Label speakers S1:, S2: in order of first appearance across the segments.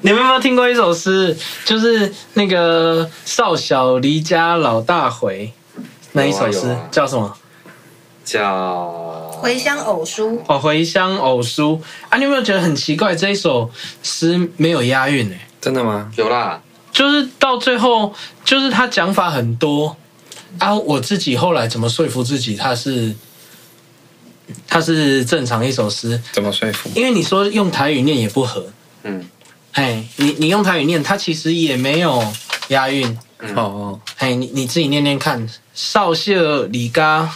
S1: 你们有没有听过一首诗？就是那个少小离家老大回那一首诗、
S2: 有啊有啊
S1: 叫什么？
S2: 叫
S3: 回乡偶书，
S1: 哦，回乡偶书啊！你有没有觉得很奇怪？这一首诗没有押韵呢、欸
S4: 真的吗？
S2: 有啦，
S1: 就是到最后，就是他讲法很多啊。我自己后来怎么说服自己，它是它是正常一首诗，
S4: 怎么说服？
S1: 因为你说用台语念也不合，
S2: 嗯，
S1: 哎，你你用台语念，它其实也没有押韵，
S2: 嗯
S4: 哦哦，
S1: 哎，你你自己念念看，少小离家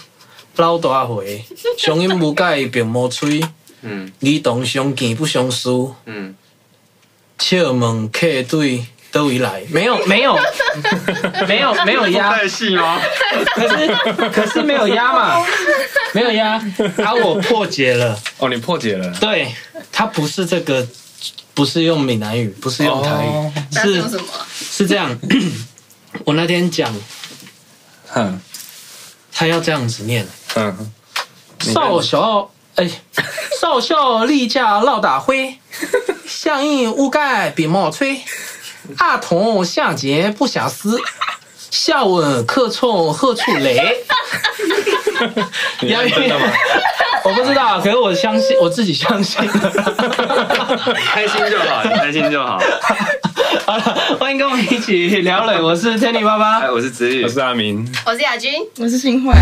S1: 老大回，乡音无改并无吹，
S2: 嗯
S1: 儿童相见不相识，
S2: 嗯，
S1: 笑问客对倒位来，没有没有没有没有押。
S2: 戏吗？
S1: 可是可是没有压嘛，没有压，啊，我破解了，
S4: 哦，你破解了。
S1: 对，它不是这个，不是用闽南语，不是用台语，
S4: 哦
S3: 那是用
S1: 是
S3: 什么？
S1: 是这样。 我那天讲，
S4: 哼
S1: 他要这样子念，
S4: 哼，你看
S1: 少小哎，少校立驾烙打 灰，相应乌盖比帽吹，阿童下节不暇思。下吻客冲何处雷？
S4: 你看真的吗？
S1: 我不知道，可是我相信，我自己相 信。
S2: 开心就好，你开心就好。
S1: 好了，欢迎跟我们一起聊磊，我是 Tenny 爸啊爸。
S2: 哎，我是子宇
S4: 我，是阿明，
S3: 我哦是雅君，
S5: 我是新慧，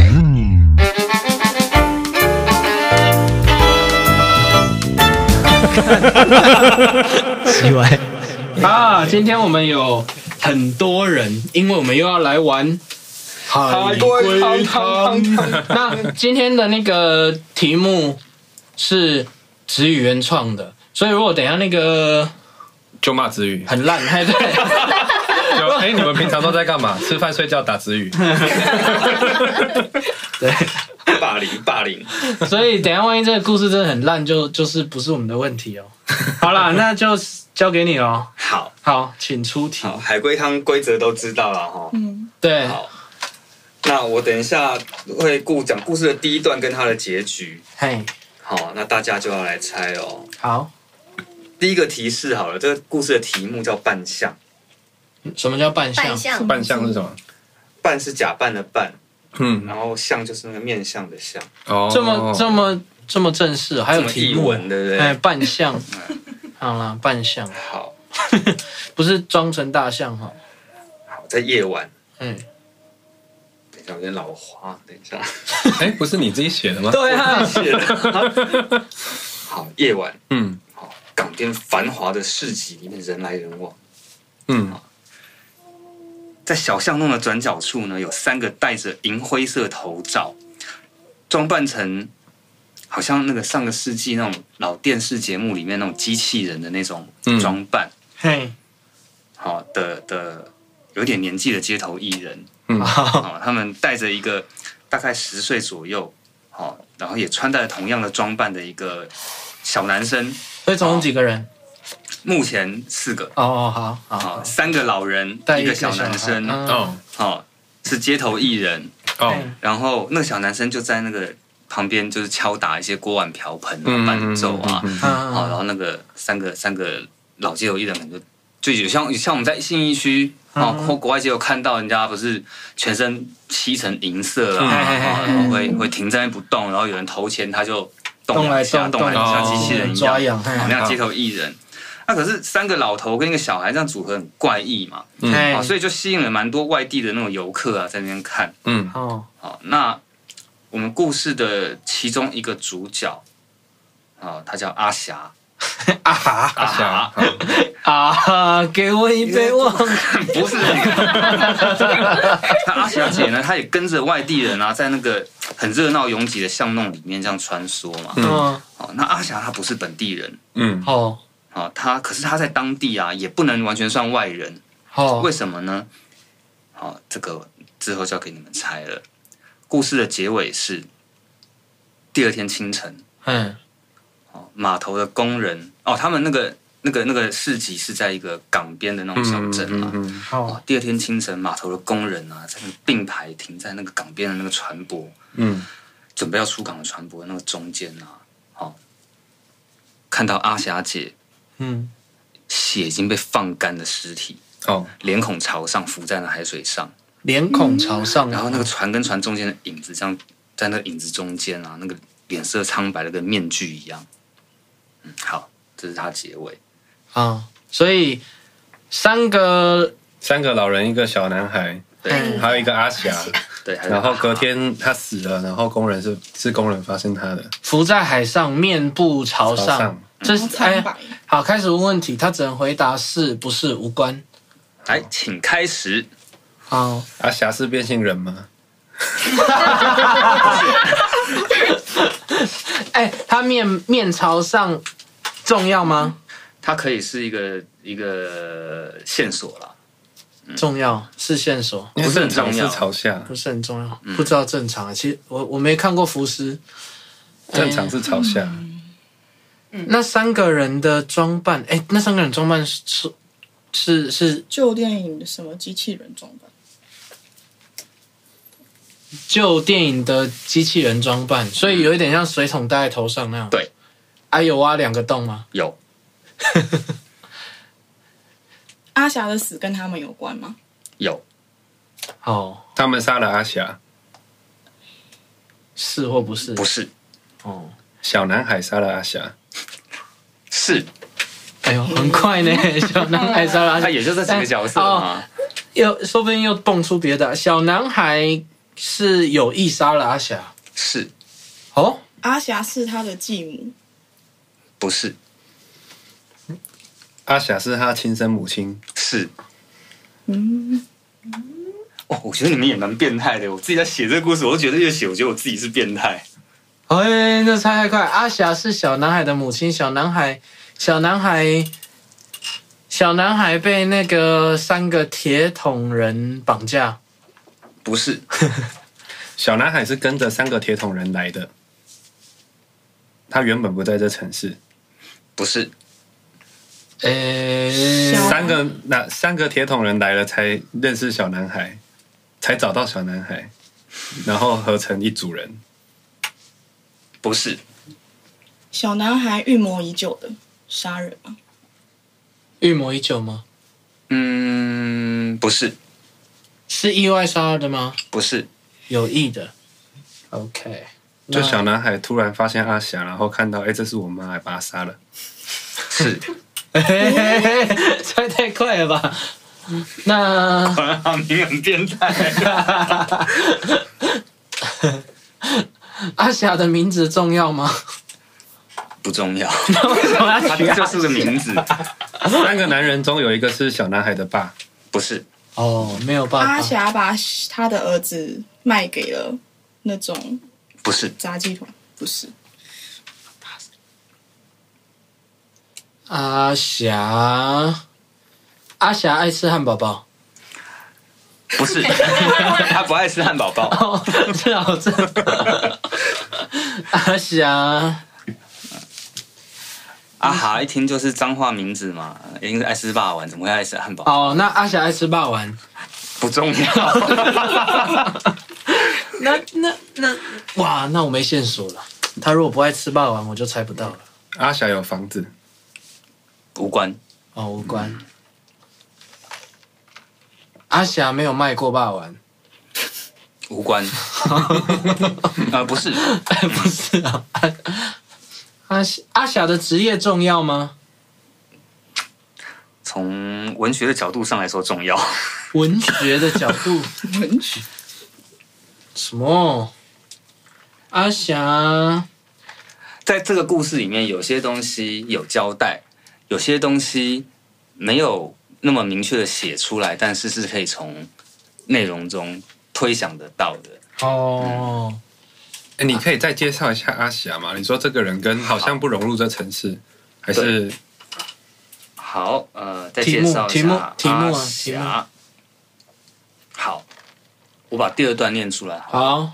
S1: 奇怪
S4: 哎
S1: 啊！今天我们有很多人，因为我们又要来玩海龟汤。 那今天的那个题目是子宇原创的，所以如果等一下那个
S4: 就骂子语。
S1: 很烂，哎对，
S4: 就哎，你们平常都在干嘛？吃饭、睡觉、打子语。
S2: 霸凌霸凌，
S1: 所以等一下万一这个故事真的很烂，就就是不是我们的问题哦。好啦，那就交给你喽。
S2: 好
S1: 好，请出题。
S2: 好，海龟汤规则都知道了哈。
S5: 嗯，
S1: 对，
S2: 好，那我等一下会故讲故事的第一段跟它的结局。
S1: 嘿，
S2: 好，那大家就要来猜哦。
S1: 好，
S2: 第一个提示好了，这个故事的题目叫扮相，
S1: 什么叫扮相？
S3: 扮相
S4: 扮相是什么？
S2: 扮是假扮的扮，
S4: 嗯，
S2: 然后相就是那个面相的相，
S4: 哦，
S1: 这么这么这么正式，哦还有
S2: 这么
S1: 题
S2: 译
S1: 目，
S2: 文，对不对？
S1: 哎，扮相，好啦，扮相，
S2: 好
S1: 不是装成大象哦哈，
S2: 好，在夜晚，
S1: 嗯，
S2: 等一下有点老花，等一下，
S4: 哎，不是你自己写的吗？
S1: 对啊，
S2: 谢了。好，夜晚，
S4: 嗯
S2: 好，港边繁华的市集里面人来人往，
S4: 嗯，
S2: 在小巷弄的转角处呢，有三个戴着银灰色头罩，装扮成好像那个上个世纪那种老电视节目里面那种机器人的那种
S4: 嗯
S2: 装扮，
S1: 嘿，
S2: 好、的的有点年纪的街头艺人，
S1: 好，
S2: 啊、他们带着一个大概十岁左右，好、然后也穿戴同样的装扮的一个小男生，
S1: 所以总共几个人？
S2: 目前四个，
S1: 哦哦，好好
S2: 好、
S1: 好，
S2: 三个老人，
S1: 带
S2: 一个小男生，
S1: 孩嗯
S4: 哦
S2: 好、是街头艺人，
S4: 哦
S1: 嘿，
S2: 然后那个小男生就在那个旁边就是敲打一些锅碗瓢盆
S4: 嗯
S2: 啊、伴奏啊，
S4: 嗯嗯嗯嗯
S1: 嗯
S2: 好、然后那个三个三个老街头艺人可能就就有像像我们在信义区。哦，
S1: 嗯
S2: 或国外街有看到人家不是全身漆成银色啊，
S4: 嗯
S2: 啊
S1: 嘿嘿嘿
S2: 然后会会停在那边不动，然后有人投钱他就
S1: 动来
S2: 两下，
S1: 动
S2: 动来两下，
S4: 动
S2: 机器人一
S1: 抓痒，
S2: 样，
S1: 哎
S2: 好
S1: 嘿，
S2: 像街头艺人。那可是三个老头跟一个小孩这样组合很怪异嘛，
S4: 嗯
S2: 啊，
S1: 嘿，
S2: 所以就吸引了蛮多外地的那种游客啊，在那边看。
S4: 嗯
S1: 哦，
S2: 好，那我们故事的其中一个主角，啊，他叫阿霞，
S1: 啊哈
S2: 阿
S4: 霞好
S1: 啊哈，给我一杯忘，
S2: 不是那个。那阿霞姐呢，她也跟着外地人啊，在那个很热闹拥挤的巷弄里面这样穿梭嘛。
S4: 嗯
S1: 嗯，
S2: 好，那阿霞她不是本地人
S4: 嗯，
S1: 好，
S2: 啊，她可是她在当地啊，也不能完全算外人，
S4: 哦
S1: 好
S2: 为，什么呢？好，这个之后就要给你们猜了。故事的结尾是第二天清晨。
S1: 嗯，
S2: 哦，码头的工人哦，他们那个那个那个市集是在一个港边的那种小镇啊。
S4: 嗯
S1: 好
S2: 哦，，第二天清晨，码头的工人啊，在那个并排停在那个港边的那个船舶，
S4: 嗯
S2: 准备要出港的船舶那个中间啊，哦，看到阿霞姐
S1: 嗯，
S2: 血已经被放干的尸体，
S4: 哦，
S2: 脸孔朝上浮在了海水上，
S1: 脸孔朝上，
S2: 然后
S4: 嗯
S2: 那个船跟船中间的影子，这样在那个影子中间啊，那个脸色苍白的跟面具一样。嗯，好，这是它结尾。
S1: 啊，所以三个
S4: 三个老人，一个小男孩，
S2: 对、
S1: 嗯
S4: 还有一个阿霞。
S2: 对，还是
S4: 然后隔天他死了，然后工人是是工人发现他的，
S1: 浮在海上，面部朝上，
S4: 朝
S1: 这
S4: 上
S3: 好
S1: 是
S3: 苍
S1: 哎，
S3: 白，
S1: 好，开始问问题，他只能回答是不是无关。啊
S2: 来，请开始。
S1: 好，
S4: 阿霞是啊变性人吗？
S1: 哎，他面面朝上重要吗？
S2: 它可以是一个一个线索啦，
S1: 重要是线索，
S2: 不是很
S4: 正
S2: 重要
S4: 常是朝下，
S1: 不是很重要，不知道正常。啊其实我我没看过浮尸，
S4: 正常
S1: 哎
S4: 是朝下，
S1: 那三个人的装扮，哎，那三个人装扮是是是
S3: 旧电影的什么机器人装扮，
S1: 旧电影的机器人装扮，所以有一点像水桶戴在头上那样。
S2: 对，
S1: 啊有挖两个洞 吗？
S2: 有
S3: 阿霞的死跟他们有关吗？
S2: 有，
S1: 哦，
S4: 他们杀了阿霞，
S1: 是或不是？
S2: 不是
S1: 哦，
S4: 小男孩杀了阿霞，
S2: 是，
S1: 哎呦，很快呢，小男孩啊杀
S2: 它
S1: 了，
S2: 也就这几个角色嘛。
S1: 又说不定又蹦出别的。小男孩是有意杀了阿霞。
S2: 是
S1: 哦，
S3: 阿霞是他的继母，
S2: 不是
S4: 阿霞是他亲生母亲，
S2: 是？
S3: 嗯，
S2: 哦，我觉得你们也蛮变态的。我自己在写这个故事，我都觉得越写，我觉得我自己是变态。
S1: 哎，这猜太快。阿霞是小男孩的母亲，小男孩，小男孩，小男孩被那个三个铁桶人绑架。
S2: 不是，
S4: 小男孩是跟着三个铁桶人来的，他原本不在这城市，
S2: 不是，
S1: 哎，
S3: 小
S4: 三个那三个铁桶人来了才认识小男孩，才找到小男孩，然后合成一组人，
S2: 不是，
S3: 小男孩预谋已久的杀人吗？
S1: 预谋已久吗？
S2: 嗯，不是，
S1: 是意外杀的吗？
S2: 不是，
S1: 有意的。OK，
S4: 就
S1: 那
S4: 小男孩突然发现阿霞，然后看到哎、这是我妈，还把她杀了。
S2: 是。
S1: 嘿嘿嘿嘿 猜太快了吧？ 那
S2: 果然阿明很变态。
S1: 阿霞的名字重要吗？
S2: 不重要，
S1: 那为什么要
S2: 他
S1: 取
S2: 就
S1: 阿
S2: 是个名字，
S4: 三个男人中有一个是小男孩的爸，
S2: 不是，
S1: 哦，没有办法。
S3: 阿霞把他的儿子卖给了那种
S2: 不是，
S3: 杂技团，不是？
S1: 阿霞，阿霞爱吃汉堡包。
S2: 不是，他不爱吃汉堡包。
S1: 哦，这好正。 阿霞，
S2: 阿啊哈一听就是脏话名字嘛，一定是爱吃霸王，怎么会爱吃汉堡？
S1: 哦，那阿霞爱吃霸王。
S2: 不重要，
S1: 那那那，哇，那我没线索了。他如果不爱吃霸王，我就猜不到了。
S4: 阿霞有房子，
S2: 无关，
S1: 哦，无关。阿霞没有卖过霸 王，
S2: 无关，呃，不是，
S1: 不是啊？阿阿霞阿霞的职业重要吗？
S2: 从文学的角度上来说重要，
S1: 文学的角度，
S3: 文学
S1: 什么？阿霞，
S2: 在这个故事里面，有些东西有交代，有些东西没有那么明确的写出来，但是是可以从内容中推想得到的。
S1: 哦，
S4: 哎，你可以再介绍一下阿霞吗？你说这个人跟好像不融入这城市，还是
S2: 好，呃，再
S1: 题
S2: 介
S1: 目
S2: 绍一下
S1: 题目题目啊
S2: 阿
S1: 题目
S2: 霞。好，我把第二段念出来好了
S1: 好，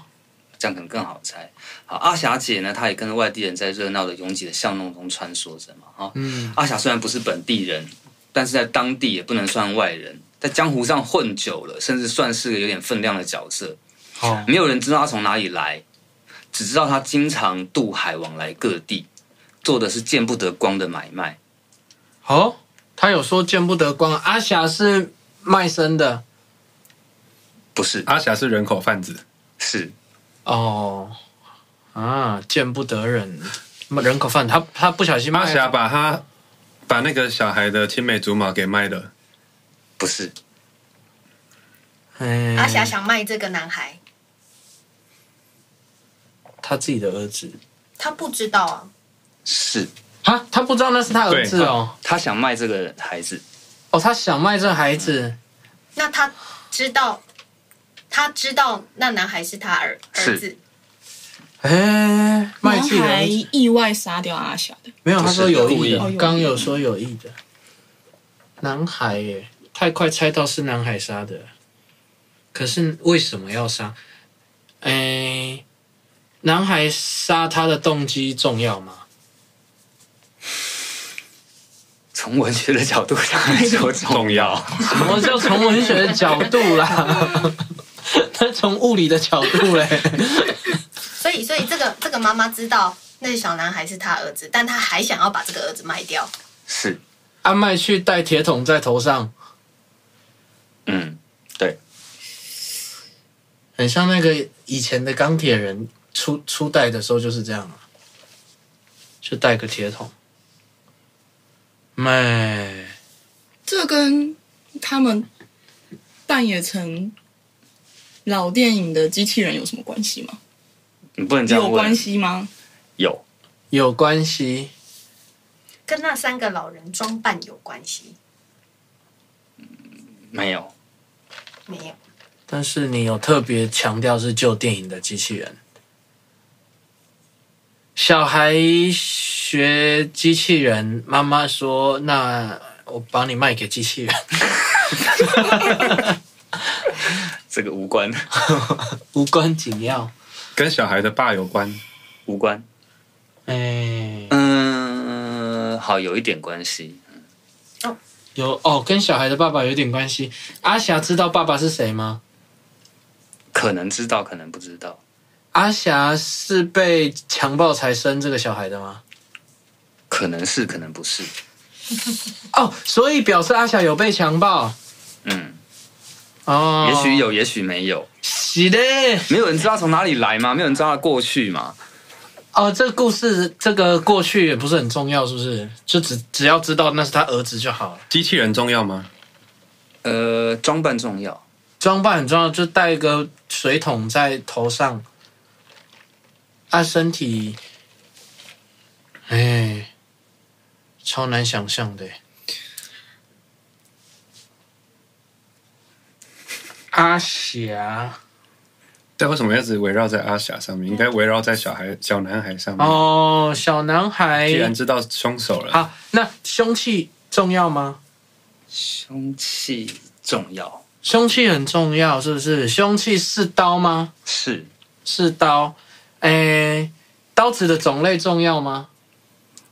S2: 这样可能更好猜。好，阿霞姐呢，她也跟着外地人在热闹的拥挤的巷弄中穿梭着嘛。啊、
S1: 嗯，
S2: 阿霞虽然不是本地人，但是在当地也不能算外人，在江湖上混久了，甚至算是个有点分量的角色。
S1: 好，
S2: 没有人知道她从哪里来，只知道她经常渡海往来各地，做的是见不得光的买卖。
S1: 好，他有说见不得光，阿霞是卖身的
S2: 不是，
S4: 阿霞是人口贩子，
S2: 是
S1: 哦，啊，见不得人，人口贩，他他不小心
S4: 阿
S1: 卖
S4: 霞把她把那个小孩的青梅竹马给卖了，
S2: 不是？
S1: 哎
S5: 阿霞想卖这个男孩，
S1: 他自己的儿子
S5: 他不知道啊，
S2: 是，
S1: 啊，他不知道那是他儿子哦，
S2: 他想卖这个孩子，
S1: 哦，他想卖这孩子，
S5: 那他知道，他知道那男孩是他儿
S2: 是
S5: 儿子，
S1: 哎，卖自己的
S3: 还
S1: 儿子
S3: 意外杀掉阿霞的，
S1: 没有，他说哦有意的
S3: 故意，
S1: 刚有说有意的，男孩耶，太快猜到是男孩杀的，可是为什么要杀？哎，男孩杀他的动机重要吗？
S2: 从文学的角度上来说重
S4: 重要。
S1: 什么叫从文学的角度啦？ 那从物理的角度 嘞？
S5: 所以所以这个这个妈妈知道那个小男孩是他儿子，但他还想要把这个儿子卖掉，
S2: 是，
S1: 安麦去戴铁桶在头上，
S2: 嗯，
S1: 很像那个以前的钢铁人初初代的时候就是这样啊，就带个铁桶。妹，
S3: 这跟他们扮演成老电影的机器人有什么关系吗？
S2: 你不能这
S3: 有
S2: 样问
S3: 关。系吗？
S2: 有，
S1: 有关系
S5: 跟那三个老人装扮有关系
S2: 没有？
S5: 没有？
S1: 但是你有特别强调是旧电影的机器人，小孩学机器人，妈妈说：“那我把你卖给机器人，
S2: 这个无关，
S1: 无关紧要。
S4: 跟小孩的爸有关，
S2: 无关。
S1: 哎，
S2: 嗯，好，有一点关系。
S1: 有哦，跟小孩的爸爸有点关系。阿霞知道爸爸是谁吗？
S2: 可能知道，可能不知道，
S1: 阿霞是被强暴才生这个小孩的吗？
S2: 可能是，可能不是。
S1: 哦，所以表示阿霞有被强暴
S2: 嗯，
S1: 哦，
S2: 也许有，也许没有，
S1: 是的。
S2: 没有人知道从哪里来嘛，没有人知道他过去嘛。
S1: 哦，这个故事这个过去也不是很重要，是不是？就只只要知道那是他儿子就好了。
S4: 机器人重要吗？
S2: 呃，装扮重要，
S1: 装扮很重要，就戴一个水桶在头上。啊，身体，哎，超难想象的。阿霞，
S4: 对，为什么要一直围绕在阿霞上面？应该围绕在小孩、小男孩上面。
S1: 哦，哎啊小男孩
S4: 既，然知道凶手了，
S1: 好，那凶器重要吗？
S2: 凶器重要，
S1: 凶器很重要，是不是？凶器是刀吗？
S2: 是
S1: 是刀，诶，刀子的种类重要吗？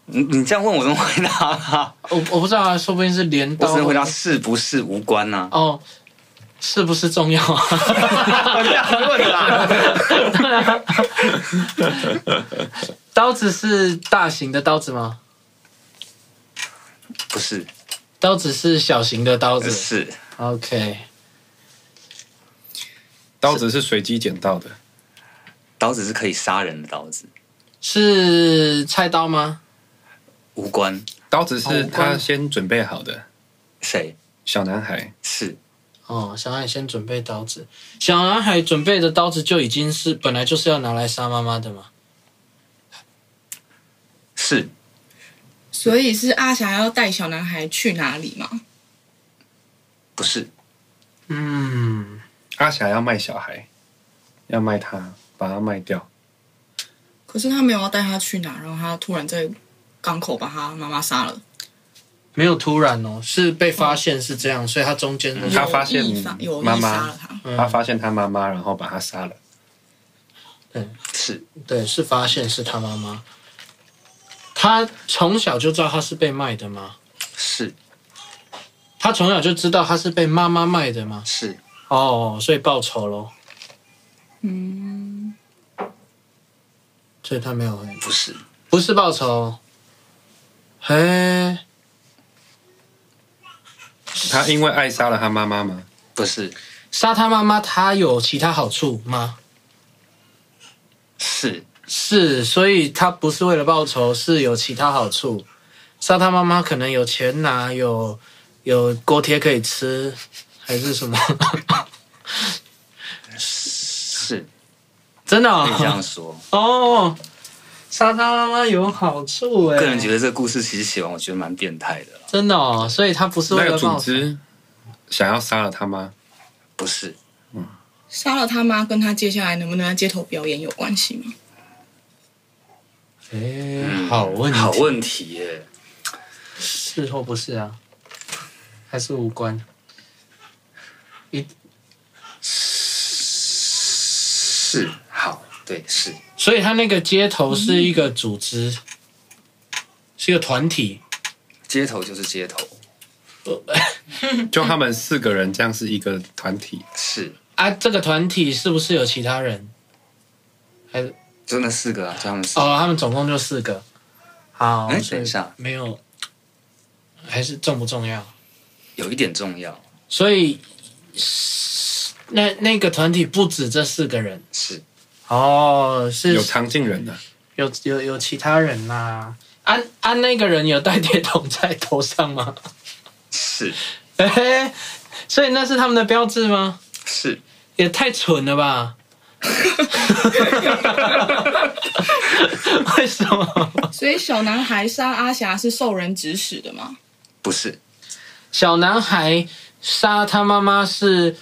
S2: 你你这样问我怎么回答、啊？
S1: 我我不知道啊，说不定是镰
S2: 我
S1: 刀。
S2: 只能回答是不是无关呐、啊。
S1: 哦，是不是重要啊？
S2: 这样问的啦
S1: 刀子是大型的刀子吗？
S2: 不是，
S1: 刀子是小型的刀子。
S2: 是
S1: OK，
S4: 刀子是随机捡到的，
S2: 刀子是可以杀人的刀子，
S1: 是菜刀吗？
S2: 无关
S4: 刀子是
S1: 哦关
S4: 他先准备好的。
S2: 谁
S4: 小男孩
S2: 是
S1: 哦，小男孩先准备刀子，小男孩准备的刀子就已经是本来就是要拿来杀妈妈的嘛。
S2: 是
S3: 所以是阿霞要带小男孩去哪里吗？
S2: 不是
S1: 嗯，
S4: 阿霞要卖小孩，要卖他，把他卖掉。
S3: 可是他没有要带他去哪，然后他突然在港口把他妈妈杀了。
S1: 没有突然哦，是被发现是这样，所以他中间
S2: 嗯
S1: 都是
S4: 他发现
S3: 有意发有意
S4: 妈
S3: 杀
S4: 妈
S3: 了他，
S1: 嗯
S4: 他发现他妈妈，然后把他杀了。
S2: 是
S1: 对，是发现是他妈妈。他从小就知道他是被卖的吗？
S2: 是
S1: 他从小就知道他是被妈妈卖的吗？
S2: 是
S1: 哦，所以报仇喽，
S3: 嗯，
S1: 所以他没有回，
S2: 不是
S1: 不是报仇。嘿，
S4: 他因为爱杀了他妈 妈吗？
S2: 不是，
S1: 杀他妈妈，他有其他好处吗？
S2: 是
S1: 是，所以他不是为了报仇，是有其他好处。杀他妈妈可能有钱拿，有有锅贴可以吃，还是什么？
S2: 是
S1: 真的
S2: 可以这样
S1: 哦，
S2: 说。
S1: 哦杀他妈妈有好处哎、
S2: 个人觉得这个故事其实写完，我觉得蛮变态的啦。
S1: 真的哦，所以他不是为
S4: 那
S1: 了
S4: 个组
S1: 报仇。
S4: 织想要杀了他妈，
S2: 不是，
S3: 杀了他妈，跟他接下来能不能在街头表演有关系吗？
S1: 哎、
S2: 嗯
S1: 好问题，
S2: 好问题耶。
S1: 是或不是啊？还是无关？一，
S2: 是，
S1: 嗯
S2: 好，对，是
S1: 所以他那个街头是一个组织，是一个团体。
S2: 街头就是街头，
S4: 就他们四个人这样是一个团体，
S2: 是
S1: 啊，这个团体是不是有其他人？还是
S2: 真的四个啊，就他们四个。
S1: 哦，他们总共就四个。好，
S2: 哎
S1: 所以
S2: 等一下
S1: 没有，还是重不重要？
S2: 有一点重要，
S1: 所以那那个团体不止这四个人
S2: 是
S1: 哦，是
S4: 有唐进人的、
S1: 有有有其他人呐、安安、啊那个人有带铁桶在头上 吗？
S2: 是
S1: 嘿嘿，所以那是他们的标志吗？
S2: 是，
S1: 也太蠢了 吧！为什么
S3: 所以小男孩杀阿霞是受人指使的吗？
S2: 不是
S1: 小男孩杀他妈妈是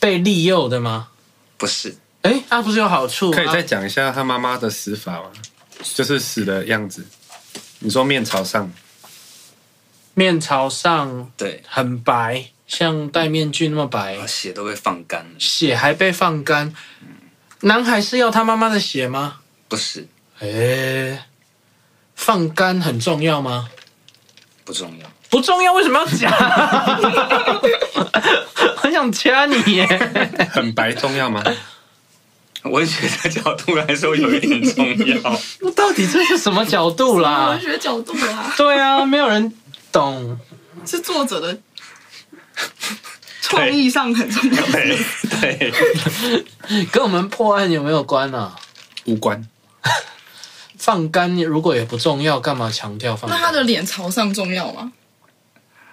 S1: 被利诱的吗？
S2: 不是
S1: 哎，啊，不是有好处？
S4: 可以再
S1: 啊
S4: 讲一下他妈妈的死法吗？就是死的样子。你说面朝上，
S1: 面朝上
S2: 对，
S1: 很白，像戴面具那么白
S2: 然后，血都被放干了，
S1: 血还被放干。男孩是要他妈妈的血吗？
S2: 不是
S1: 哎，放干很重要吗？
S2: 不重要，
S1: 不重要，为什么要 讲？很想掐你 耶！
S4: 很白重 要吗？
S2: 文学的角度来说有一点重要，
S1: 到底这是什么角度
S3: 从
S1: 啦
S3: 文？学角度啦，
S1: 对啊，没有人懂。
S3: 是作者的创意上很重要。
S2: 对对，
S1: 跟我们破案有没有关啊？
S4: 无关，
S1: 放干如果也不重要，干嘛强调放
S3: 那他
S1: 干？
S3: 的脸朝上重要吗？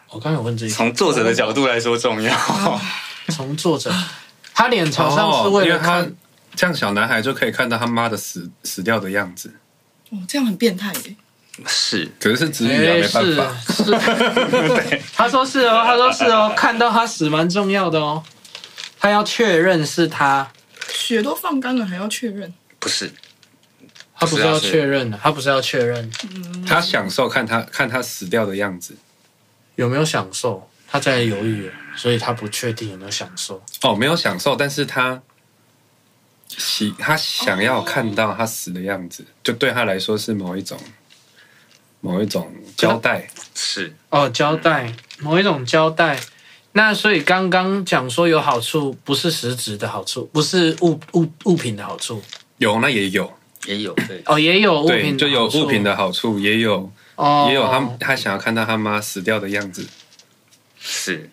S1: 我刚有问这一题，
S2: 从作者的角度来说重要，
S1: 从作者，他脸朝上是
S4: 哦
S1: 为
S4: 因为
S1: 了
S4: 他
S1: 看，
S4: 这样小男孩就可以看到他妈的死死掉的样子。
S3: 哦，这样很变态耶！
S2: 是
S4: 可是是子女啊，
S1: 哎
S4: 没办
S1: 是
S4: 法。
S1: 是， 他说是哦，他说是哦，看到他死蛮重要的哦，他要确认是他，
S3: 血都放干了，还要确认？
S2: 不是
S1: 他不是
S2: 是啊
S1: 要
S2: 是
S1: 确认的，他不是要确认。
S4: 他享受看他看他死掉的样子。
S1: 有没有享受，他在犹豫了，所以他不确定有没有享受。
S4: 哦，没有享受，但是他喜他想要看到他死的样子，就对他来说是某一种某一种交代。
S2: 是
S1: 哦，交代某一种交代。那所以刚刚讲说有好处，不是实质的好处，不是物物物品的好处。
S4: 有那也有，
S2: 也有对，
S1: 哦，也有物
S4: 对，
S1: 品
S4: 就有
S1: 好处
S4: 物品的好处，也有
S1: 哦，
S4: 也有他他想要看到他妈死掉的样子。
S2: 是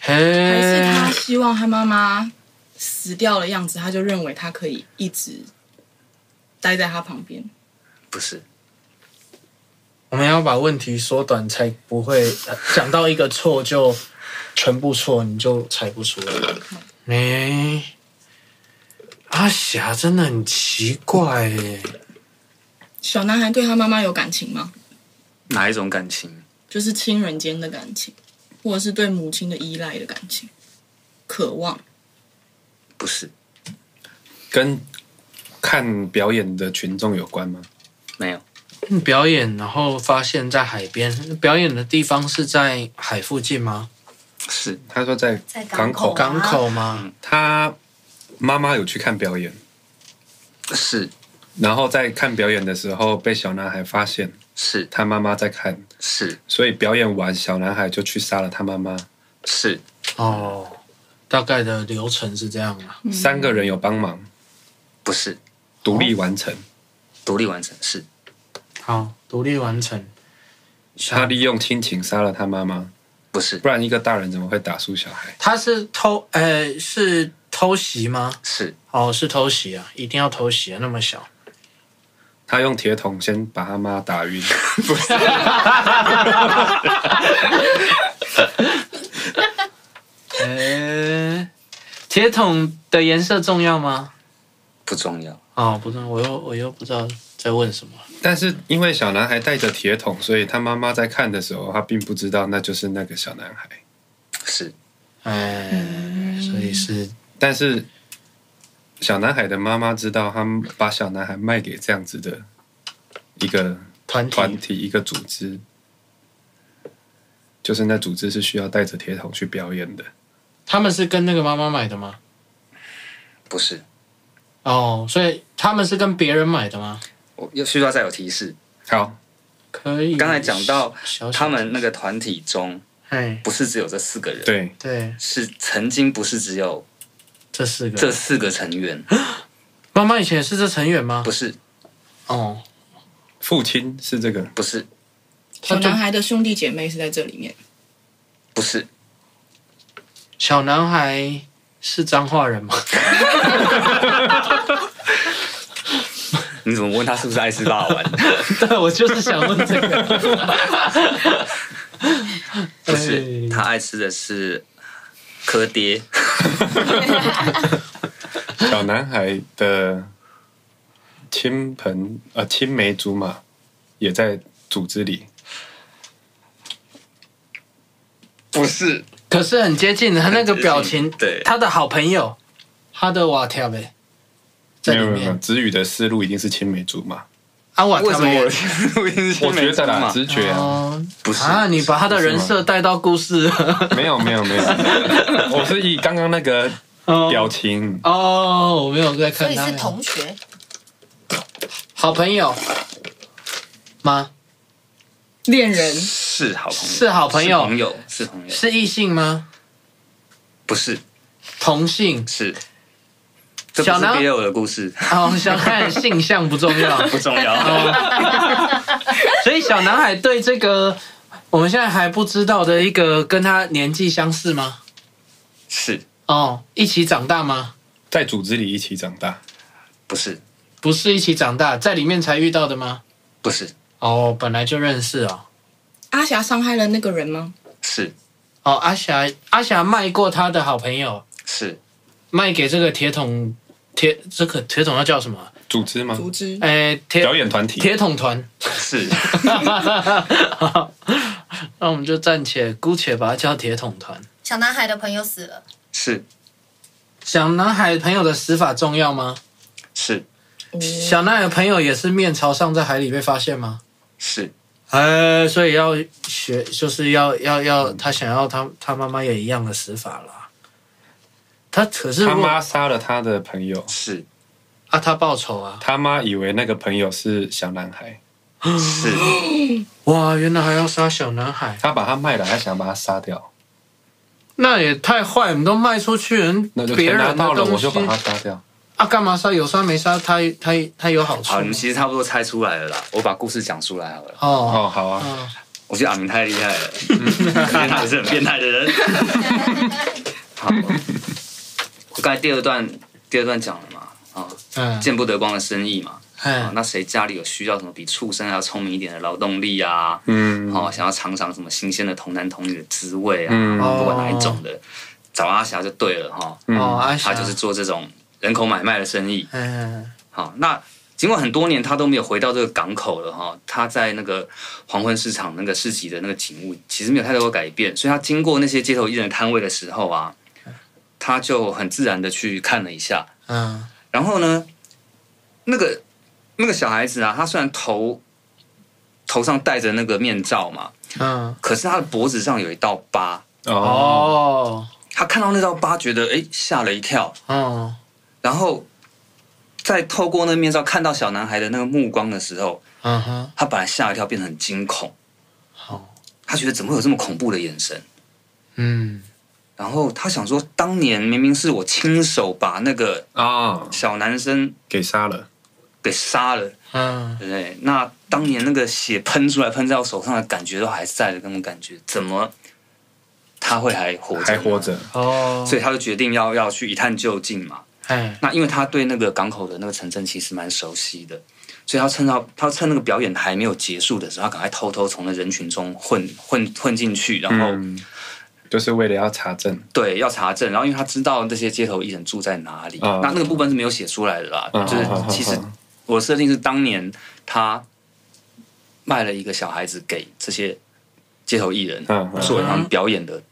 S1: 嘿，
S3: 还是他希望他妈妈死掉的样子，他就认为他可以一直待在他旁边？
S2: 不是
S1: 我们要把问题缩短，才不会呃讲到一个错就全部错，你就猜不出来。哎、阿霞真的很奇怪耶。
S3: 小男孩对他妈妈有感情吗？
S2: 哪一种感情？
S3: 就是亲人间的感情，或者是对母亲的依赖的感情，渴望。
S2: 不是
S4: 跟看表演的群众有关吗？
S2: 没有，
S1: 嗯表演，然后发现在海边。表演的地方是在海附近吗？
S2: 是
S4: 他说在
S5: 在港
S4: 港口，
S5: 口
S1: 港口吗？
S2: 嗯
S4: 他妈妈有去看表演，
S2: 是
S4: 然后在看表演的时候被小男孩发现，
S2: 是
S4: 他妈妈在看，
S2: 是
S4: 所以表演完小男孩就去杀了他妈妈。
S2: 是
S1: 哦，大概的流程是这样啊。
S4: 三个人有帮忙，
S2: 不是
S4: 独立完成。
S2: 独立完成？是
S1: 好，独立完成。
S4: 他利用亲情杀了他妈妈，
S2: 不是
S4: 不然一个大人怎么会打输小孩？
S1: 他是偷，呃，是偷袭吗？
S2: 是
S1: 哦，是偷袭啊，一定要偷袭啊，那么小。
S4: 他用铁桶先把他妈打晕，
S1: 呃，铁桶的颜色重要吗？
S2: 不重要。
S1: 哦，不重要，我又我又不知道在问什么。
S4: 但是因为小男孩带着铁桶，所以他妈妈在看的时候，他并不知道那就是那个小男孩。
S2: 是
S1: 哎、所以是
S4: 但是小男孩的妈妈知道，他把小男孩卖给这样子的一个
S1: 团体
S4: 团体、一个组织，就是那组织是需要带着铁桶去表演的。
S1: 他们是跟那个妈妈买的吗？
S2: 不是？
S1: 哦，所以他们是跟别人买的吗？
S2: 我又需要再有提示。
S4: 好，
S1: 可以。
S2: 刚才讲到
S1: 小小
S2: 他们那个团体中，
S1: 哎，
S2: 不是只有这四个人，
S4: 对，
S1: 对，
S2: 是曾经不是只有
S1: 这四个
S2: 这四个成员，
S1: 妈妈以前也是这成员吗
S2: 不？是
S1: 哦，
S4: 父亲是这个，
S2: 不是
S3: 小男孩的兄弟姐妹是在这里面，
S2: 不是
S1: 小男孩是彰化人吗？
S2: 你怎么问他是不是爱吃辣 丸？
S1: 对， 我就是想问这个。
S2: 不
S1: 对
S2: 是，他爱吃的是柯爹，
S4: 小男孩的亲朋呃青梅竹马也在组织里，
S2: 不是
S1: 可是很接近，他那个表情，
S2: 很接近对
S1: 他的好朋友，他的瓦条呗，在
S4: 没
S1: 里
S4: 有没有没有，
S1: 面
S4: 子宇的思路一定是青梅竹马，
S1: 啊，瓦
S2: 为
S1: 条
S2: 什么
S1: 呗
S2: 我 的。录音是
S4: 我觉得
S2: 嘛
S4: 啦，？直觉啊，
S1: 哦
S2: 不是
S1: 啊，你把他的人
S4: 不是
S1: 设带到故事了
S4: 没有没有没有，我是以刚刚那个
S1: 哦
S4: 表情，
S1: 哦，我没有在
S5: 所
S1: 看
S5: 以
S1: 他
S5: 是
S1: 们
S5: 同学，
S1: 好朋友吗？
S3: 恋人
S2: 是好朋友，
S1: 是好朋友
S2: 是朋友是朋友，
S1: 是异性吗？
S2: 不是
S1: 同性？
S2: 是。这
S1: 小
S2: 不是
S1: 男
S2: 别有的 故事，
S1: 哦，想看性向不重 要，
S2: 不重要。
S1: 哦所以小男孩对这个我们现在还不知道的一个跟他年纪相似吗？
S2: 是
S1: 哦，一起长大吗？
S4: 在组织里一起长大，
S2: 不是？
S1: 不是一起长大，在里面才遇到的吗？
S2: 不是
S1: 哦，本来就认识哦。
S3: 阿霞伤害了那个人吗？
S2: 是
S1: 哦，阿霞，阿霞卖过她的好朋友，
S2: 是
S1: 卖给这个铁桶铁这个铁桶要叫什么？
S4: 组织吗？
S3: 竹枝
S1: 哎，铁
S4: 表演团体，
S1: 铁桶团。
S2: 是，
S1: 那我们就暂且姑且把它叫铁桶团。
S5: 小男孩的朋友死 了，
S2: 是
S1: 小男孩朋友的死法重要吗？
S2: 是
S1: 小男孩朋友也是面朝上在海里被发现吗？
S2: 是
S1: 呃，所以要学，就是要要要，他想要他他妈妈也一样的死法啦。他可是
S4: 他
S1: 如果
S4: 妈杀了他的朋友，
S2: 是
S1: 啊，他报仇啊！
S4: 他妈以为那个朋友是小男孩，
S2: 是，
S1: 哇，原来还要杀小男孩，
S4: 他把他卖了，还想把他杀掉，
S1: 那也太坏！你都卖出去人
S4: 那就
S1: 别
S4: 钱拿
S1: 人的
S4: 到了，
S1: 东
S4: 我
S1: 西
S4: 就把他杀掉。
S1: 啊，干嘛杀？有杀没杀，他他他有好处
S2: 好，你们其实差不多猜出来了啦。我把故事讲出来好了。
S1: 哦。
S4: 哦，好啊，
S1: 哦
S2: 我觉得阿明太厉害了，变态是很变态的人。好，我刚才第二段第二段讲了嘛，啊，
S1: 嗯，
S2: 见不得光的生意嘛。啊，
S1: 嗯，
S2: 那谁家里有需要什么比畜生还要聪明一点的劳动力啊？
S4: 嗯，
S2: 哦，想要尝尝什么新鲜的童男童女的滋味啊？
S4: 嗯
S2: 不管哪一种的，找阿霞就对了哈。
S1: 哦，阿霞
S2: 他就是做这种人口买卖的生意。
S1: 嗯
S2: 好，那尽管很多年他都没有回到这个港口了哈，他在那个黄昏市场那个市集的那个景物其实没有太多的改变，所以他经过那些街头艺人的摊位的时候啊，他就很自然的去看了一下，
S1: 嗯
S2: 然后呢，那个那个小孩子啊，他虽然头头上戴着那个面罩嘛，
S1: 嗯，
S2: 可是他的脖子上有一道疤，
S4: 哦，
S1: 哦
S2: 他看到那道疤觉得哎吓了一跳，
S1: 哦
S2: 然后在透过那面罩看到小男孩的那个目光的时候，
S1: 嗯哼，
S2: 他本来吓一跳，变得很惊恐。
S1: 好，
S2: 他觉得怎么会有这么恐怖的眼神？
S1: 嗯
S2: 然后他想说，当年明明是我亲手把那个
S4: 啊，
S2: 小男生
S4: 给杀了，
S2: 给杀了，
S1: 嗯
S2: 对不对？那当年那个血喷出来喷在我手上的感觉都还在的，那种感觉，怎么他会还活着，
S4: 还活，着，
S1: 哦，
S2: 所以他就决定要要去一探究竟嘛。
S1: 哎，
S2: 那因为他对那个港口的那个城镇其实蛮熟悉的，所以他趁到他趁那个表演还没有结束的时候，他赶快偷偷从那人群中混混混进去，然后、
S4: 嗯，就是为了要查证，
S2: 对要查证，然后因为他知道这些街头艺人住在哪里，
S4: 啊
S2: 那那个部分是没有写出来的啦，
S4: 啊
S2: 哦就是
S4: 啊啊
S2: 其实
S4: 啊
S2: 我的设定是当年他卖了一个小孩子给这些街头艺人，
S4: 嗯嗯
S2: 作为他们表演的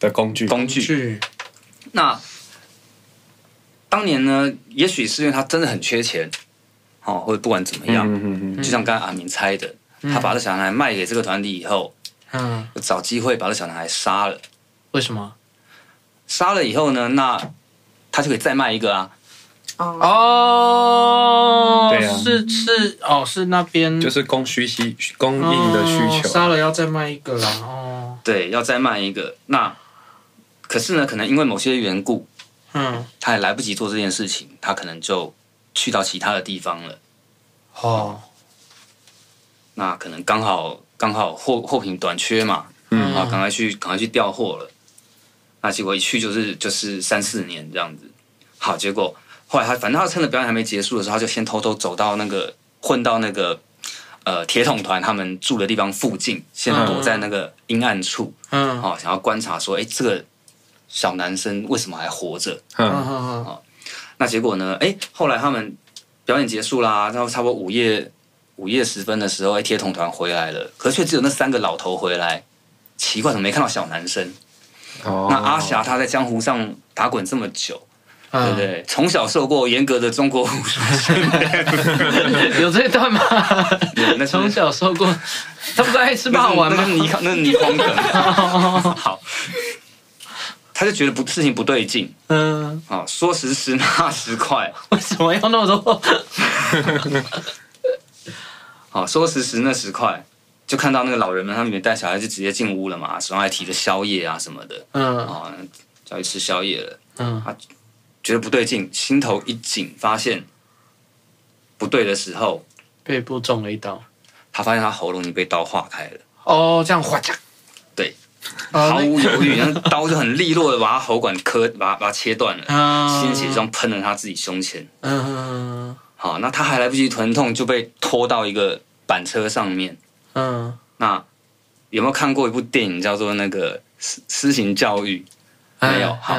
S4: 的工具，
S2: 工具，
S1: 去
S2: 那当年呢，也许是因为他真的很缺钱，哦，或者不管怎么
S4: 嗯
S2: 样，
S4: 嗯嗯嗯，
S2: 就像刚刚阿明猜的，他把这小男孩卖给这个团体以后，
S1: 嗯，
S2: 找机会把这小男孩杀了。
S1: 为什么？
S2: 杀了以后呢，那他就可以再卖一个啊。
S3: 哦，
S1: 哦，
S4: 对啊
S1: 是是哦，是那边
S4: 就是供需需供应的需
S1: 哦杀
S4: 求，
S1: 了要再卖一个啦，哦，
S2: 对，要再卖一个。那可是呢，可能因为某些缘故，
S1: 嗯，
S2: 他也来不及做这件事情，他可能就去到其他的地方了。
S1: 哦，
S2: 那可能刚好刚好货货品短缺嘛，
S4: 嗯
S2: 啊，赶快去赶快去调货了。那结果一去就是就是三四年这样子。好，结果后来他反正他趁着表演还没结束的时候，他就先偷偷走到那个混到那个呃铁桶团他们住的地方附近，先躲在那个阴暗处，
S1: 嗯，
S2: 哦，想要观察说，哎、这个小男生为什么还活着？
S1: 嗯
S4: 嗯，
S1: 嗯嗯
S2: 那结果呢？哎、后来他们表演结束啦，然后差不多午夜午夜时分的时候，哎、铁桶团回来了，可是却只有那三个老头回来，奇怪，怎么没看到小男生？
S4: 哦，
S2: 那阿霞她在江湖上打滚这么久，对 不
S1: 嗯，
S2: 对？从小受过严格的中国武术训练，
S1: 有这段吗？
S2: 对那是
S1: 从小受过，他不是爱吃
S2: 那
S1: 霸王
S2: 是
S1: 丸
S2: 那
S1: 吗？
S2: 是倪匡，那是倪 匡梗。好，他就觉得不事情不对劲
S1: 嗯，
S2: 啊、说时迟那时快，
S1: 为什么要那么多？
S2: 啊、说时迟那时快，就看到那个老人们他们没带小孩就直接进屋了嘛，手上还提着宵夜啊什么的
S1: 嗯
S2: 啊、就要去吃宵夜了，
S1: 嗯
S2: 觉得不对劲，心头一紧，发现不对的时候，
S1: 背部中了一刀。
S2: 他发现他喉咙已经被刀划开了。
S1: 哦，这样划嚓。 네.
S2: 对
S1: 哦，
S2: 毫
S1: 那
S2: 无犹豫，那刀就很利落的把他喉管磕，把他把他切断了，
S1: 啊，
S2: 鲜血就这样喷了他自己胸前。
S1: 어,嗯
S2: 好，那他还来不及疼痛，就被拖到一个板车上面。
S1: 嗯
S2: 那有没有看过一部电影叫做那个《私私刑教育》？
S1: 嗯，
S2: 没有
S1: 嗯
S2: 好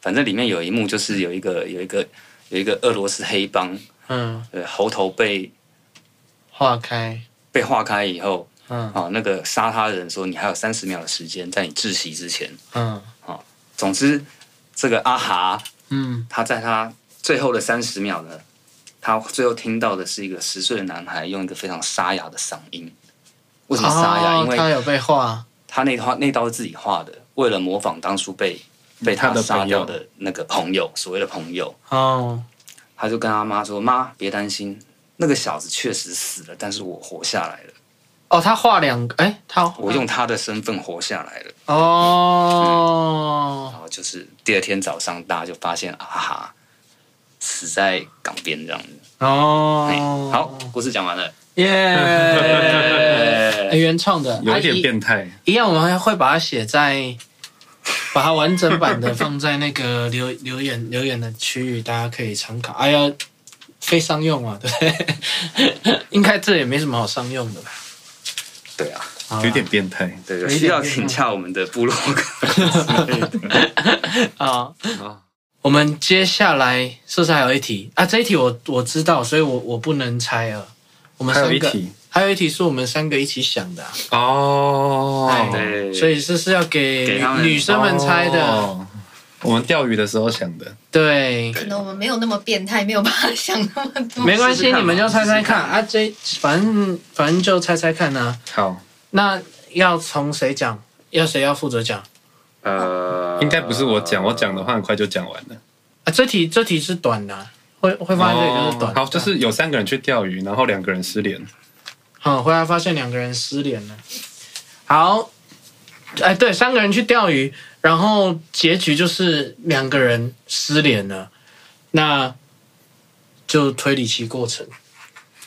S2: 反正里面有一幕就是有一个有一个有一个俄罗斯黑帮，
S1: 嗯，
S2: 呃，喉头被
S1: 划开，
S2: 被划开以后，
S1: 嗯
S2: 啊，那个杀他的人说你还有三十秒的时间，在你窒息之前。
S1: 嗯
S2: 总之，这个阿哈
S1: 嗯
S2: 他在他最后的三十秒呢，他最后听到的是一个十岁的男孩用一个非常沙哑的嗓音。为什么沙哑？
S1: 哦
S2: 因
S1: 他
S2: 为
S1: 有被划，
S2: 他那画那刀是自己画的，为了模仿当初被被他
S4: 他的
S2: 杀
S4: 朋
S2: 掉
S4: 友
S2: 的那个朋友，所谓的朋友，
S1: 哦，
S2: 他就跟他妈说：“妈，别担心，那个小子确实死了，但是我活下来了，
S1: 哦，他画两个，哎，他
S2: 我用他的身份活下来了。”
S1: 哦 음.
S2: 然后就是第二天早上，大家就发现啊哈，死在港边这样子。嘿
S1: 哦，
S2: 好，故事讲完了。
S1: 耶， 哎原创的，
S4: 有
S1: 啊
S4: 一点
S1: 一
S4: 变态，
S1: 一样，我们还会把它写在，把它完整版的放在那个留 留言留言的区域，大家可以参考。哎呀，非商用啊，对 不对？应该这也没什么好商用的吧？
S2: 对啊，
S1: 好啦
S4: 有一点变态，
S2: 对，
S1: 有一
S2: 需
S1: 点
S2: 要
S1: 变
S2: 请
S1: 态
S2: 洽我们的部落格。
S1: 啊。我们接下来是不是还有一题啊？这一题我我知道，所以我我不能猜了。我们
S4: 还
S1: 三个
S4: 有一题
S1: 还有一题是我们三个一起想的啊、哎
S4: 哦，
S2: 对，
S1: 所以这是要给
S2: 给他们
S1: 女生们猜的。
S4: 哦我们钓鱼的时候想的，
S1: 对，
S5: 可能我们没有那么变态，没有办法想那么多。
S1: 没关系，
S2: 试试看嘛
S1: 你们就猜猜
S2: 试试
S1: 看
S2: 看
S1: 啊。这反正反正就猜猜看啊。
S4: 好，
S1: 那要从谁讲？要谁要负责讲
S2: 呃，
S4: 应该不是我讲，我讲的话很快就讲完了。
S1: 啊？这题这题是短的啊、会会发现这里就是短的。
S2: 哦
S4: 哦好，就是有三个人去钓鱼，然后两个人失联，
S1: 嗯，回来发现两个人失联了。好，哎，对，三个人去钓鱼，然后结局就是两个人失联了。那就推理其过程，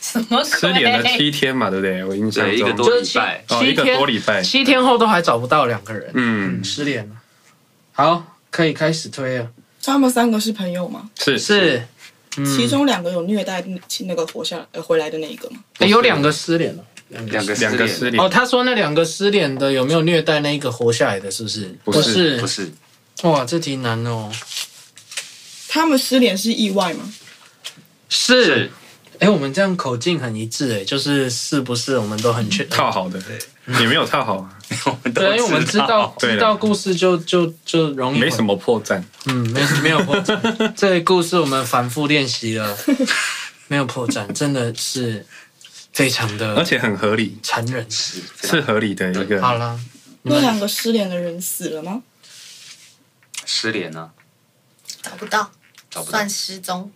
S5: 什么鬼？
S4: 失联了七天嘛，对不对？我印象
S2: 对，一个
S4: 中
S2: 多礼拜，
S4: 哦
S1: 七
S4: 一个
S1: 天
S4: 多礼拜
S1: 七天后都还找不到两个人，
S4: 嗯
S1: 嗯，失联了。好，可以开始推了。
S3: 他们三个是朋友嘛？
S4: 是
S1: 是，嗯
S3: 其中两个有虐待那那个活下来呃回来的那一个嘛？
S1: 哎诶有两个失联了。两
S2: 两个
S4: 两个失
S2: 联，
S4: 联
S1: 哦，，他说那两个失联的有没有虐待那一个活下来的？是不是？
S4: 不是
S1: 是
S2: 不是
S1: 哇，这题难哦。
S3: 他们失联是意外吗？
S1: 是，哎，我们这样口径很一致，哎，就是是不是我们都很确
S4: 套好的，也没有套好啊，
S2: 我们都
S1: 对，因为我们知道
S4: 对了
S1: 知道故事就就就容易
S4: 没什么破绽。
S1: 嗯，没没有破绽。这个故事我们反复练习了， 没有破绽，真的是非常
S4: 而
S1: 的
S4: 且很合理，
S1: 残忍。
S2: 啊
S4: 是合理的一
S1: 好
S4: 个。
S1: 啦，你
S3: 那
S1: 们
S3: 两个失联的人死了吗？
S2: 失联啊，
S5: 找不到，
S2: 找不到
S5: 算，失踪。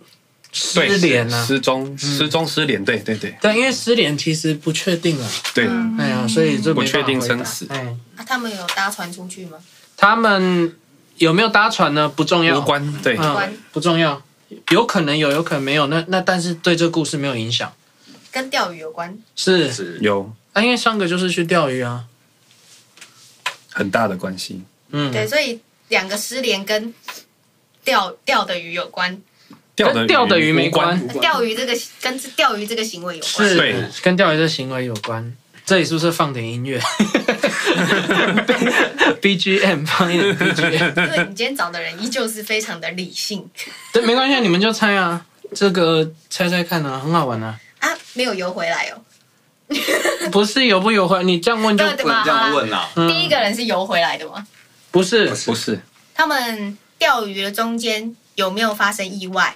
S1: 失
S4: 对
S1: 联啊，
S4: 失踪，失踪，失联，对对对
S1: 对，因为失联其实不确定啊，
S4: 对，
S1: 哎
S5: 嗯
S1: 呀，所以就
S4: 不
S1: 没办法
S4: 确定
S1: 回答
S4: 生死
S1: 哎，
S5: 那、啊他们有搭船出去吗？
S1: 他们有没有搭船呢？不重要，
S4: 无关，对，
S5: 关
S1: 嗯，不重要，有可能有，有可能没有。那那但是对这故事没有影响，
S5: 跟钓鱼有关？
S1: 是
S2: 是
S4: 有
S1: 啊，因为上个就是去钓鱼啊，
S4: 很大的关系。
S1: 嗯，
S5: 对，所以两个失联跟钓钓的鱼有关，
S4: 钓的
S1: 跟钓的鱼没
S4: 无关，
S1: 关
S5: 钓鱼这个跟钓鱼这个行为有关。
S1: 是
S4: 对
S1: 跟钓鱼的行为有关。这里是不是放点音乐 ？BGM 放一点 BGM，
S5: 对你今天找的人依旧是非常的理性
S1: 对，没关系，你们就猜啊，这个猜猜看啊，很好玩啊。
S5: 啊，没有游回来哦。
S1: 不是有不有回，你这样问就
S5: 对对
S2: 不能
S5: 吧？
S2: 这
S5: 好
S2: 样
S5: 啦，
S2: 问啊啦，
S1: 嗯
S5: 第一个人是游回来的吗？
S1: 不是
S4: 不是
S5: 他们钓鱼的中间有没有发生意外？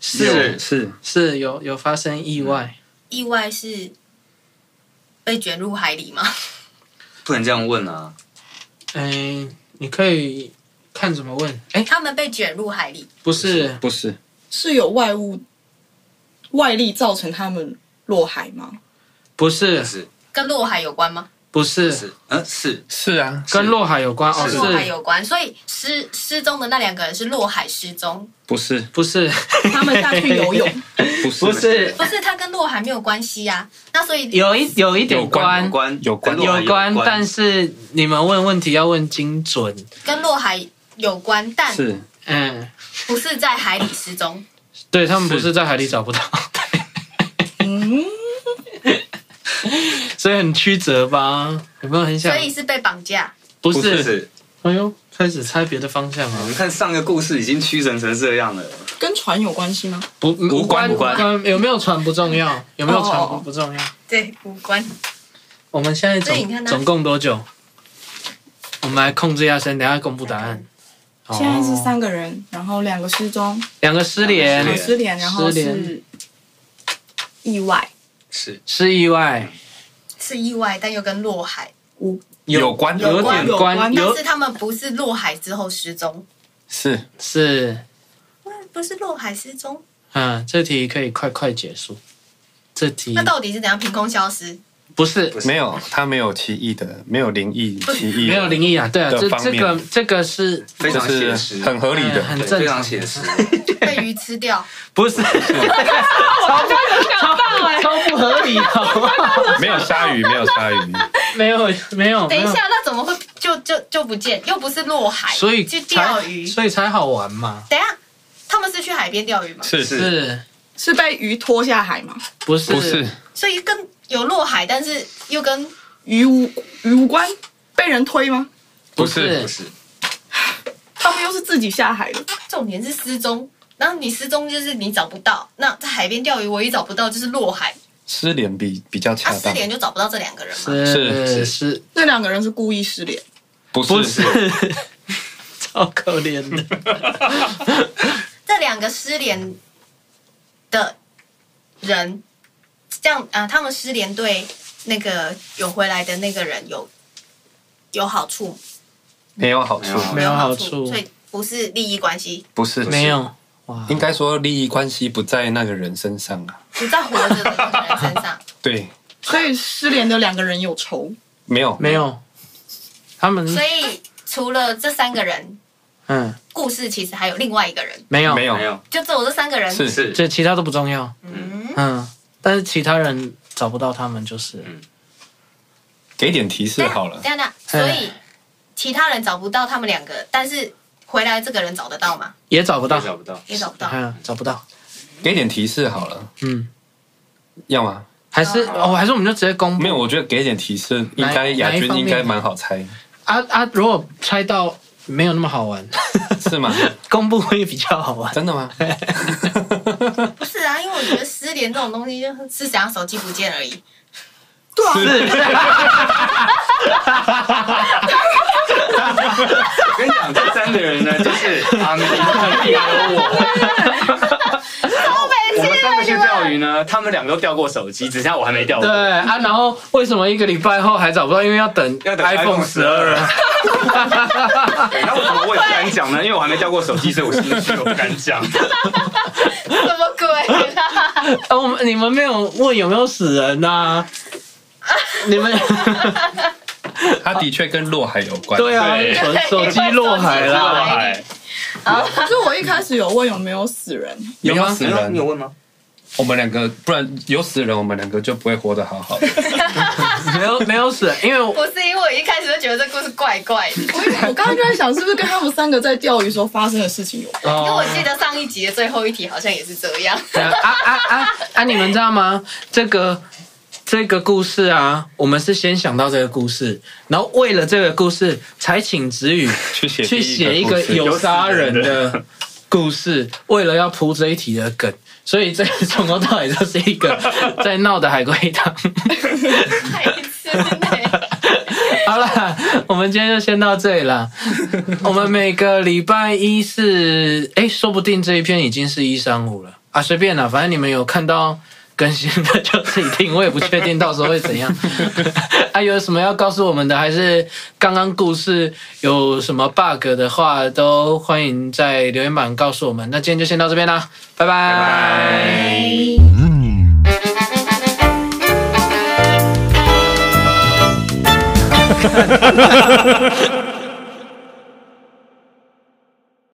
S1: 是
S4: 是
S1: 是有有发生意外，
S5: 意外是被卷入海里吗？
S2: 不能这样问啊，
S1: 嗯，你可以看怎么问，哎，
S5: 他们被卷入海里，
S1: 不是
S4: 不是
S3: 是有外物外力造成他们落海 吗？
S1: 不是
S2: 是
S5: 跟落海有关吗？
S1: 不是
S2: 是，嗯是
S4: 是啊，
S1: 跟落海有关哦，
S5: 跟落海
S1: 是
S5: 有关，所以失失踪的那两个人是落海失踪，
S4: 不是
S1: 不是
S3: 他们下去游泳，
S4: 不
S1: 不是
S5: 不是他跟落海没有关系呀、啊。那所以
S1: 有一有一点
S4: 有关
S1: 关
S2: 有啊关跟
S4: 有关
S2: 洛
S1: 有
S2: 海
S1: 关，但是你们问问题要问精准。
S5: 跟落海有关，但
S4: 是
S1: 嗯，
S5: 不是在海里失踪。
S1: 对他们不是在海里找不到，
S3: 嗯，
S1: 所以很曲折吧？有没有很想
S5: 所？以是被绑架，
S1: 不
S4: 不
S1: 是，
S2: 是，
S1: 哎呦，开始猜别的方向啊
S2: 我
S1: 了
S2: 们。看上个故事已经屈成成这样了，
S3: 跟船有关系吗？
S1: 不，
S2: 无关
S1: 无关，有没有船不重要，有没有船
S3: 哦哦
S1: 不
S3: 哦
S1: 不重要。
S5: 对，无关。
S1: 我们现在
S5: 所以你
S1: 总
S5: 看他
S1: 总共多久？我们来控制一下先，等一下公布答案。
S3: 现在是
S1: 哦
S3: 三个人，然后两个失踪，
S1: 两个失联
S2: 两个
S3: 两个失联，然后
S1: 失
S3: 是
S1: 联
S3: 意外
S2: 是
S1: 是意外，
S5: 是意外，但又跟落海，
S4: 有关
S1: 有
S3: 关
S1: 点
S3: 有
S1: 关，
S3: 关
S5: 但
S1: 有
S5: 是他们不是落海之后失踪，
S4: 是
S1: 是
S5: 不是落海失踪，
S1: 嗯，这题可以快快结束。这题
S5: 那到底是怎样凭空消失？
S1: 不是
S2: 不是
S4: 没有他没有奇异的，没有灵异奇异，
S1: 没有灵
S4: 异，
S1: 异啊，对啊，
S4: 的
S1: 这
S4: 方
S1: 这
S4: 面
S1: 个这个是
S2: 非常
S4: 就
S2: 写
S4: 是
S2: 实，
S4: 很合理
S1: 嗯
S4: 的，
S1: 很
S2: 对
S1: 正
S2: 非
S1: 常
S2: 常，写实，
S5: 被鱼吃掉，
S1: 不是？超
S5: 哎
S1: 超不合理，好 不好？
S4: 没有鲨鱼，没有鲨 鱼，
S1: 没有没有，
S5: 等一
S1: 没有
S5: 下，，那怎么会就就就不见？又不是落海，
S1: 所以
S5: 去
S1: 才
S5: 钓鱼。
S1: 所以才好玩嘛，
S5: 等一下，他们是去海边钓鱼吗？
S4: 是
S2: 是
S1: 是
S3: 是被鱼拖下海吗？
S1: 不是
S4: 不是
S5: 所以跟有落海，但是又跟
S3: 鱼无鱼无关，被人推吗？
S1: 不
S2: 不
S1: 是
S2: 是
S3: 他们又是自己下海的，
S5: 重点是失踪。然后你失踪就是你找不到，那在海边钓鱼唯一找不到就是落海，
S4: 失联比比较
S5: 啊
S4: 恰
S5: 失
S4: 当，
S5: 联就找不到这两个人嘛。
S1: 是
S4: 是
S1: 是，
S3: 那两个人是故意失联，
S4: 不
S1: 不
S4: 是
S1: 是超可怜的，
S5: 这两个失联的人，这样啊、他们失联对那个有回来的那个人有有好处，
S4: 没有好处，
S1: 没有好处
S5: 所以不是利益关系，
S4: 不是
S1: 没，有哇，
S4: 应该说利益关系不在那个人身上啊，
S5: 不在活着的那个人身上。
S4: 对，
S3: 所以失联的两个人有仇，
S4: 没有
S1: 没有，他们
S5: 所以除了这三个人，
S1: 嗯
S5: 故事其实还有另外一个人，
S1: 没有
S4: 没有
S2: 没有
S5: 就只有这三个人。
S4: 是
S2: 是
S1: 这其他都不重要，
S5: 嗯，
S1: 嗯，但是其他人找不到他们，就是
S4: 给点提示好了。
S5: 哎等一下等一下，所以其他人找不到他们两个，但是回来这个人找得到吗？
S1: 也找不到，
S2: 找不到。
S5: 也找不到。
S1: 嗯，找不到，
S4: 给点提示好了，
S1: 嗯，
S4: 要吗？
S1: 还是哦，还是我们就直接公布
S4: 没有，我觉得给点提示，应
S1: 哪
S4: 该雅
S1: 哪一
S4: 君
S1: 方
S4: 应
S1: 面
S4: 该
S1: 呢
S4: 蛮好猜，
S1: 啊啊！如果猜到没有那么好玩，
S4: 是吗？
S1: 公布会比较好玩。
S4: 真的吗？
S5: 不是啊，因为我觉得失联这种东西就是想要手机不见而已。
S1: 啊
S2: 我跟你讲，这三个人呢， 就是啊阿明、亨利还有我。我们三个去钓鱼呢，他们两个都掉过手机，只剩下我还没掉
S1: 啊对
S2: 过。
S1: 啊，然后为什么一个礼拜后还找不到？因为要等
S2: 要等
S1: iPhone 十二。啊
S2: 对啊哎那为什么我也不敢讲呢？因为我还没掉过手机，所以我心虚，我不敢讲。
S5: 什么鬼啦？
S1: 啊，我们你们没有问有没有死人呐、 你们
S4: 他的确跟落海有关。
S1: 对啊，
S2: 对
S1: 手手机落海
S5: 手
S1: 啦
S5: 机，
S2: 哎，
S3: 就我一开始有问有没有死人，
S4: 有没
S1: 有
S4: 有
S1: 吗啊
S4: 死人？
S2: 问吗？
S4: 我们两个，不然有死人，我们两个就不会活得好好的。
S1: 没有没有死人，因为我
S5: 不是，因为我一开始就觉得这故事怪怪的，
S3: 我一我刚刚就在想是不是跟他们三个在钓鱼时候发生的事情有关。
S5: 因为
S1: 哦
S5: 我记得上一集的最后一题好像也是这样。
S1: 对啊啊啊啊啊！你们知道吗？这个这个故事啊，我们是先想到这个故事，然后为了这个故事才请子宇
S4: 去写
S1: 去写一个
S4: 第故事
S1: 有杀人的故事，为了要铺这一题的梗，所以这个从头到尾就是一个在闹的海龟汤。
S5: 太次嘞！
S1: 好啦，我们今天就先到这里 啦。我们每个礼拜一是，哎，说不定这一篇已经是一三五了啊，随便啦，反正你们有看到更新的就自己听，我也不确定到时候会怎 样。啊，有什么要告诉我们的，还是刚刚故事有什么 bug 的话，都欢迎在留言板告诉我们。那今天就先到这边啦，拜拜